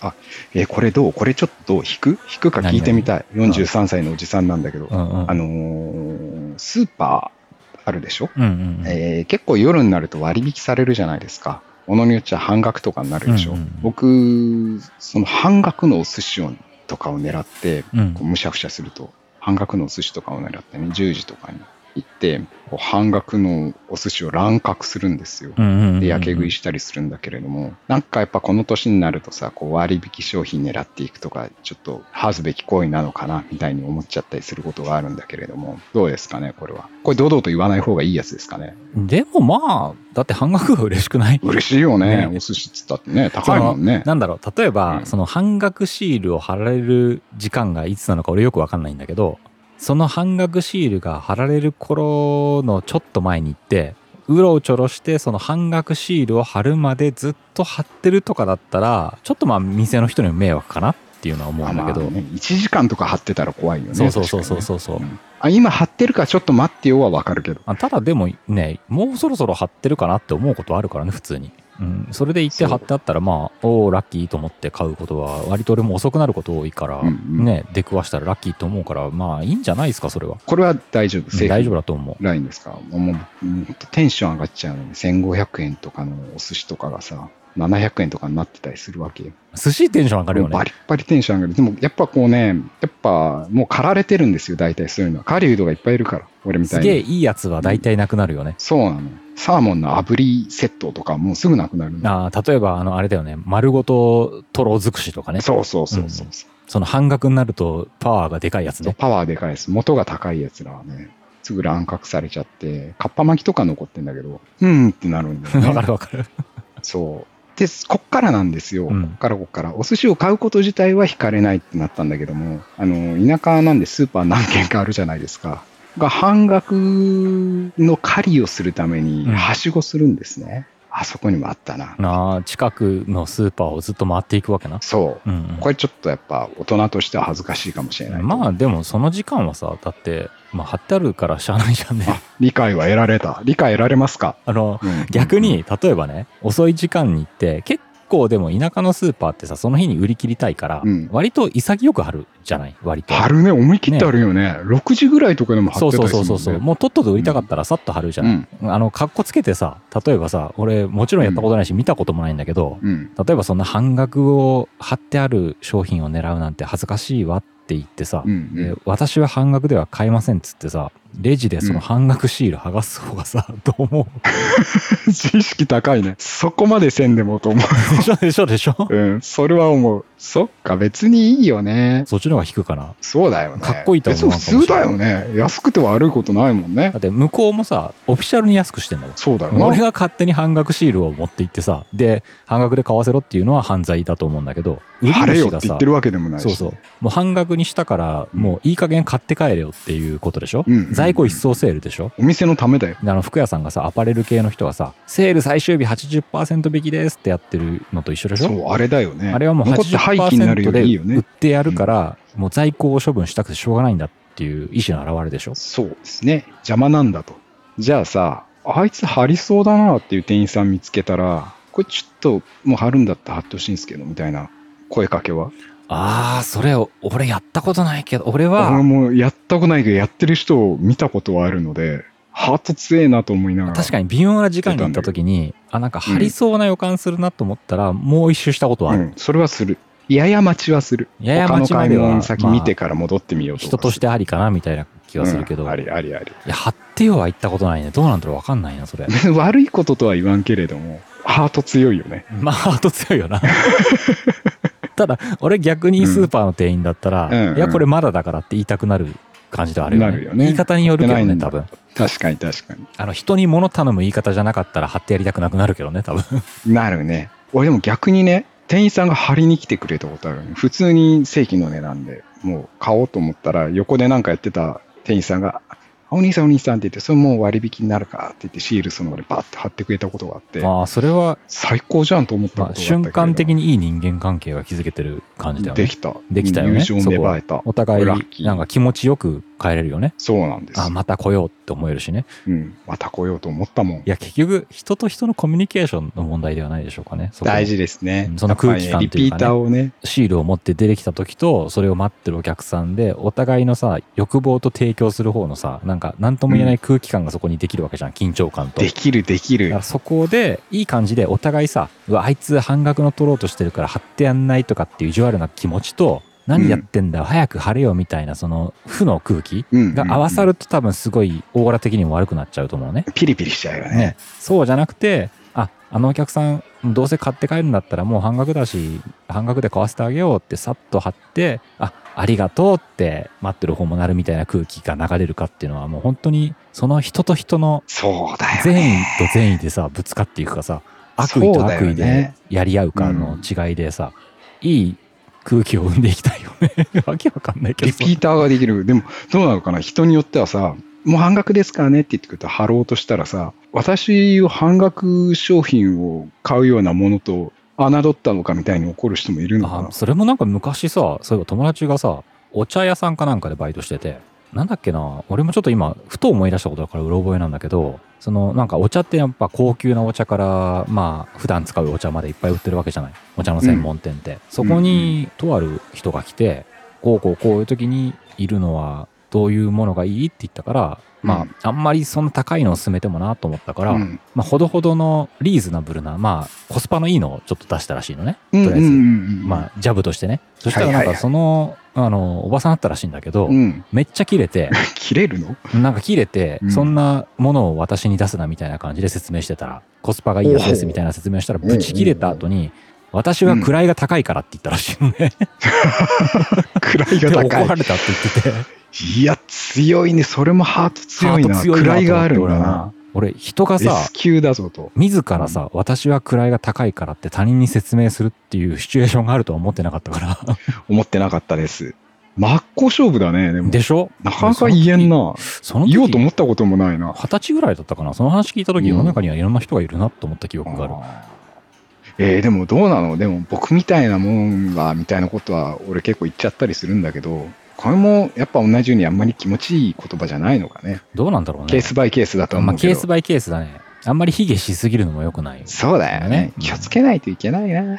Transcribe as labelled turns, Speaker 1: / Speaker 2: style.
Speaker 1: あ、えーこれどうこれちょっと弾く弾くか聞いてみたい。
Speaker 2: 何
Speaker 1: 43歳のおじさんなんだけど、
Speaker 2: うんうん
Speaker 1: あのースーパーあるでしょ、
Speaker 2: うんうんうん
Speaker 1: えー結構夜になると割引されるじゃないですか。ものによっちゃ半額とかになるでしょ。
Speaker 2: うんうん
Speaker 1: 僕、その半額のお寿司をとかを狙って、
Speaker 2: うん
Speaker 1: こうむしゃくしゃすると、半額のお寿司とかを狙ってね、10時とかに行って、こう半額のお寿司を乱獲するんですよ。
Speaker 2: うんうんうん
Speaker 1: で、焼け食いしたりするんだけれども、なんかやっぱこの年になるとさ、こう割引商品狙っていくとか、ちょっと恥ずべき行為なのかな、みたいに思っちゃったりすることがあるんだけれども、どうですかね、これは。これ堂々と言わない方がいいやつですかね。
Speaker 2: でもまあ、だって半額は嬉しくない
Speaker 1: 嬉しいよね、
Speaker 2: ね
Speaker 1: お寿司っつったってね、高いもんね
Speaker 2: その。なんだろう、例えば、
Speaker 1: うん
Speaker 2: その半額シールを貼られる時間がいつなのか俺よくわかんないんだけど、その半額シールが貼られる頃のちょっと前に行って、うろちょろしてその半額シールを貼るまでずっと貼ってるとかだったら、ちょっとまあ店の人にも迷惑かなっていうのは思うんだけど、
Speaker 1: あまあね、1時間とか貼ってたら怖いよね。
Speaker 2: そうそうそうそう
Speaker 1: 確か
Speaker 2: そうそう、
Speaker 1: にねあ今貼ってるからちょっと待ってよはわかるけど。
Speaker 2: あただでもね、もうそろそろ貼ってるかなって思うことあるからね、普通に。うん、それで行って
Speaker 1: そう
Speaker 2: 貼ってあったら、まあ、おお、ラッキーと思って買うことは、割と俺も遅くなること多いから、
Speaker 1: うんうん
Speaker 2: ね、出くわしたらラッキーと思うから、まあ、いいんじゃないですか、それは。
Speaker 1: これは大丈夫、
Speaker 2: うん大丈
Speaker 1: 夫。
Speaker 2: 夫だと思う。
Speaker 1: ラインですかもうもううんとテンション上がっちゃうのに1500円とかのお寿司とかがさ700円とかになってたりするわけよ。
Speaker 2: 寿司テンション上がるよ
Speaker 1: もうバ
Speaker 2: ね。
Speaker 1: リッバリテンション上がる。でもやっぱこうね、やっぱもう駆られてるんですよ、大体そういうのは。狩人がいっぱいいるから、俺みた
Speaker 2: す
Speaker 1: い
Speaker 2: げえ
Speaker 1: に。
Speaker 2: いいやつは大体なくなるよね。
Speaker 1: そうなの。サーモンの炙りセットとかもうすぐなくなるの
Speaker 2: あー例えば、あの、あれだよね、丸ごとトロ尽くしとかね。
Speaker 1: そうそうそうそう。
Speaker 2: その半額になると、パワーがでかいやつね。
Speaker 1: パワーでかいです。元が高いやつらはね、すぐ乱獲されちゃって、かっぱ巻きとか残ってんだけど、うんってなるんだよ
Speaker 2: わか
Speaker 1: ね。
Speaker 2: るわかる。
Speaker 1: そう。で、こっからなんですよ。
Speaker 2: うん
Speaker 1: こっからこっから。お寿司を買うこと自体は惹かれないってなったんだけども、あの、田舎なんでスーパー何軒かあるじゃないですか。が半額の狩りをするために、
Speaker 2: うん
Speaker 1: はしごするんですね。あそこにもあったな。
Speaker 2: なあ、近くのスーパーをずっと回っていくわけな。
Speaker 1: そうう。
Speaker 2: ん、うん。
Speaker 1: これちょっとやっぱ大人としては恥ずかしいかもしれない。
Speaker 2: まあでもその時間はさだって、まあ、貼ってあるからしゃあないじゃんね
Speaker 1: あ理解は得られた。理解得られますか
Speaker 2: あの
Speaker 1: うん
Speaker 2: 逆に例えばね遅い時間に行って結構でも田舎のスーパーってさその日に売り切りたいから、
Speaker 1: うん
Speaker 2: 割と潔く貼るじゃない割と
Speaker 1: 貼るね、思い切ってあるよね。6時ぐらいとかでも貼
Speaker 2: そ
Speaker 1: っ
Speaker 2: う
Speaker 1: てた
Speaker 2: そう
Speaker 1: りす
Speaker 2: そ
Speaker 1: る
Speaker 2: うそうそうもうとっとと売りたかったらさっと貼るじゃ
Speaker 1: う
Speaker 2: ない、
Speaker 1: ん。
Speaker 2: あのかっこつけてさ例えばさ俺もちろんやったことないし、見たこともないんだけど
Speaker 1: うん。
Speaker 2: 例えばそんな半額を貼ってある商品を狙うなんて恥ずかしいわって言ってさ、
Speaker 1: うん。
Speaker 2: で私は半額では買えませんっつってさレジでその半額シール剥がす方がさ、 どう思う
Speaker 1: 自意識高いね。そこまでせんでもと思
Speaker 2: でしょでしょでしょ
Speaker 1: う。うん。それは思う。そっか、別にいいよね。
Speaker 2: そっちの方が引くかな
Speaker 1: そうだよね。
Speaker 2: かっこいいと思う
Speaker 1: 別に普通だよね。安くて悪いことないもんね
Speaker 2: だ。って向こうもさオフィシャルに安くしてんだもん
Speaker 1: そうだよ
Speaker 2: 俺
Speaker 1: な。
Speaker 2: が勝手に半額シールを持って行ってさで半額で買わせろっていうのは犯罪だと思うんだけど売り
Speaker 1: 晴れ
Speaker 2: 主
Speaker 1: よっ
Speaker 2: が
Speaker 1: て言
Speaker 2: さ
Speaker 1: ってるわけでもないし。
Speaker 2: そうそうもう半額にしたから
Speaker 1: うん
Speaker 2: もういい加減買って帰れよっていうことでしょ、
Speaker 1: うん
Speaker 2: 在庫一掃セールでしょ
Speaker 1: お店のためだよ。
Speaker 2: であの服屋さんがさアパレル系の人がさセール最終日80%引きですってやってるのと一緒でしょ
Speaker 1: そう、あれだよね。
Speaker 2: あれはもう
Speaker 1: 残って廃棄になるよ
Speaker 2: 80%
Speaker 1: りいいよ
Speaker 2: で売っ
Speaker 1: ね。
Speaker 2: てやるから、もう在庫を処分したくてしょうがないんだっていう意思の表れでしょ。
Speaker 1: そうですね。邪魔なんだと。じゃあさ、あいつ貼りそうだなっていう店員さん見つけたら、これちょっともう貼るんだったら貼ってほしいんですけど、みたいな声かけは。
Speaker 2: ああ、それを、俺やったことないけど、俺
Speaker 1: 俺
Speaker 2: は、
Speaker 1: もやったことないけど、やってる人を見たことはあるので、ハート強えなと思いながら。
Speaker 2: 確かに微妙な時間に行った時に、あ、なんか張りそうな予感するなと思ったら、もう一周したことはある。
Speaker 1: うん、それはする。やや待ちはする。
Speaker 2: やや待ち
Speaker 1: 他の
Speaker 2: ま
Speaker 1: 買
Speaker 2: で
Speaker 1: い
Speaker 2: は
Speaker 1: 物先見てから戻ってみようとかす
Speaker 2: 人
Speaker 1: る、
Speaker 2: としてありかなみたいな気がするけど、
Speaker 1: うんありありあり。
Speaker 2: いや、張ってよは行ったことないね。どうなんだろうわかんないな、それ。
Speaker 1: 悪いこととは言わんけれども、ハート強いよね。
Speaker 2: まあ、ハート強 いよな。ただ、俺逆にスーパーの店員だったら、
Speaker 1: うんうん
Speaker 2: いや、これまだだからって言いたくなる感じではあるよね。
Speaker 1: なるよね
Speaker 2: 言い方によるけど
Speaker 1: やってな
Speaker 2: ね、
Speaker 1: いん
Speaker 2: 多
Speaker 1: だ
Speaker 2: 分。
Speaker 1: 確かに確かに。
Speaker 2: あの、人に物頼む言い方じゃなかったら貼ってやりたくなくなるけどね、多分。
Speaker 1: なるね。俺でも逆にね、店員さんが張りに来てくれたことあるね。普通に正規の値段で、もう買おうと思ったら、横でなんかやってた店員さんが、あお兄さんお兄さんって言って、それもう割引になるからって言って、シールその場でバッて貼ってくれたことがあって、
Speaker 2: まあ、それは、
Speaker 1: 最高じゃんと思った
Speaker 2: ま
Speaker 1: こ
Speaker 2: あ、
Speaker 1: とがあったけれども
Speaker 2: 瞬間的にいい人間関係が築けてる感じだよ
Speaker 1: で
Speaker 2: ね。
Speaker 1: きた。
Speaker 2: できたよ
Speaker 1: 友
Speaker 2: ね
Speaker 1: 情芽生えた。
Speaker 2: お互い
Speaker 1: ラッ、キー
Speaker 2: なんか気持ちよく帰れるよね。
Speaker 1: そうなんです。
Speaker 2: あ、また来ようって思えるしね。
Speaker 1: うん。また来ようと思ったもん
Speaker 2: い。や、結局、人と人のコミュニケーションの問題ではないでしょうかね。そこ
Speaker 1: 大事ですね。
Speaker 2: うんその空気感
Speaker 1: やっぱ
Speaker 2: とい
Speaker 1: りねリピ
Speaker 2: うかね
Speaker 1: ーターをね、
Speaker 2: シールを持って出てきた時と、それを待ってるお客さんで、お互いのさ、欲望と提供する方のさ、なんか、なんとも言えない空気感がそこにできるわけじゃん。緊張感と。
Speaker 1: できるでき
Speaker 2: だか
Speaker 1: る
Speaker 2: ら。そこで、いい感じで、お互いさ、うわ、あいつ半額の取ろうとしてるから貼ってやんないとかっていう意地悪な気持ちと、何やってんだよ、早く貼れよみたいな、その、負の空気
Speaker 1: うん。
Speaker 2: が合わさ
Speaker 1: る。
Speaker 2: ると多分すごいオーラ的にも悪くなっちゃうと思うね。
Speaker 1: ピリピリしちゃうよね。
Speaker 2: ね、そうじゃなくてああのお客さんどうせ買って帰るんだったらもう半額だし半額で買わせてあげようってさっと貼ってあありがとうって待ってる方もなるみたいな空気が流れるかっていうのはもう本当にその人と人の
Speaker 1: そうだよ
Speaker 2: 善意
Speaker 1: ね。
Speaker 2: と善意でさぶつかっていくかさ悪意と悪
Speaker 1: そうだよ
Speaker 2: 意で
Speaker 1: ね
Speaker 2: やり合うかの違いでさ、いい空気を生んでいきたいよね わけわかんないけど
Speaker 1: リ
Speaker 2: さ
Speaker 1: ピーターができる。でも、どうなのかな人によってはさ、もう半額ですからねって言ってくれた貼ろうとしたらさ、私を半額商品を買うようなものと、侮ったのかみたいに怒る人もいるのか
Speaker 2: あ
Speaker 1: な
Speaker 2: それもなんか昔さそういえば友達がさお茶屋さんかなんかでバイトしててなんだっけな俺もちょっと今ふと思い出したことだからうろ覚えなんだけどそのなんかお茶ってやっぱ高級なお茶からまあ普段使うお茶までいっぱい売ってるわけじゃないお茶の専門店って、そこにとある人が来てこうこうこういう時にいるのはどういうものがいいって言ったからま
Speaker 1: うん
Speaker 2: ああんまりそんな高いのを勧めてもなと思ったから、
Speaker 1: うん
Speaker 2: まあほどほどのリーズナブルなまあコスパのいいのをちょっと出したらしいのね
Speaker 1: う
Speaker 2: と
Speaker 1: ん
Speaker 2: り
Speaker 1: う
Speaker 2: あ
Speaker 1: ん
Speaker 2: えず、
Speaker 1: うん。
Speaker 2: まあ、ジャブとしてね。そしたらなん
Speaker 1: はいはい
Speaker 2: か
Speaker 1: はい
Speaker 2: その、あの、おばさんだったらしいんだけど、
Speaker 1: うん。
Speaker 2: めっちゃ切 れて、
Speaker 1: 切れる の
Speaker 2: なんか切れて
Speaker 1: う、ん
Speaker 2: そんなものを私に出すなみたいな感じで説明してたら、コスパがいいやつですみたいな説明をしたら、
Speaker 1: おう
Speaker 2: ぶち切れた後に、私は位が高いからって言ったらしいのね。
Speaker 1: 位
Speaker 2: で
Speaker 1: が
Speaker 2: 怒ら
Speaker 1: 高い。
Speaker 2: れたって言ってて、
Speaker 1: いや、強いね。それもハート強いな。位があるんだな。。
Speaker 2: 俺、人がさ
Speaker 1: S、級だぞと。
Speaker 2: 自らさ、私は位が高いからって他人に説明するっていうシチュエーションがあるとは思ってなかったから。
Speaker 1: 思ってなかったです。真っ向勝負だね。でも、
Speaker 2: でしょ
Speaker 1: なかなか言えん。な。
Speaker 2: その時
Speaker 1: 言おうと思ったこともないな。
Speaker 2: 二十歳ぐらいだったかなその話聞いた時
Speaker 1: うん
Speaker 2: 世の中にはいろんな人がいるなと思った記憶がある、
Speaker 1: えーでもどうなのでも僕みたいなもんがみたいなことは俺結構言っちゃったりするんだけどこれもやっぱ同じようにあんまり気持ちいい言葉じゃないのかね
Speaker 2: どうなんだろうね
Speaker 1: ケースバイケースだと
Speaker 2: ま
Speaker 1: 思
Speaker 2: あ、
Speaker 1: うけ
Speaker 2: ケ
Speaker 1: ど、
Speaker 2: ースバイケースだねあんまり卑下しすぎるのも良くない
Speaker 1: そうだよね
Speaker 2: うん
Speaker 1: 気をつけないといけないな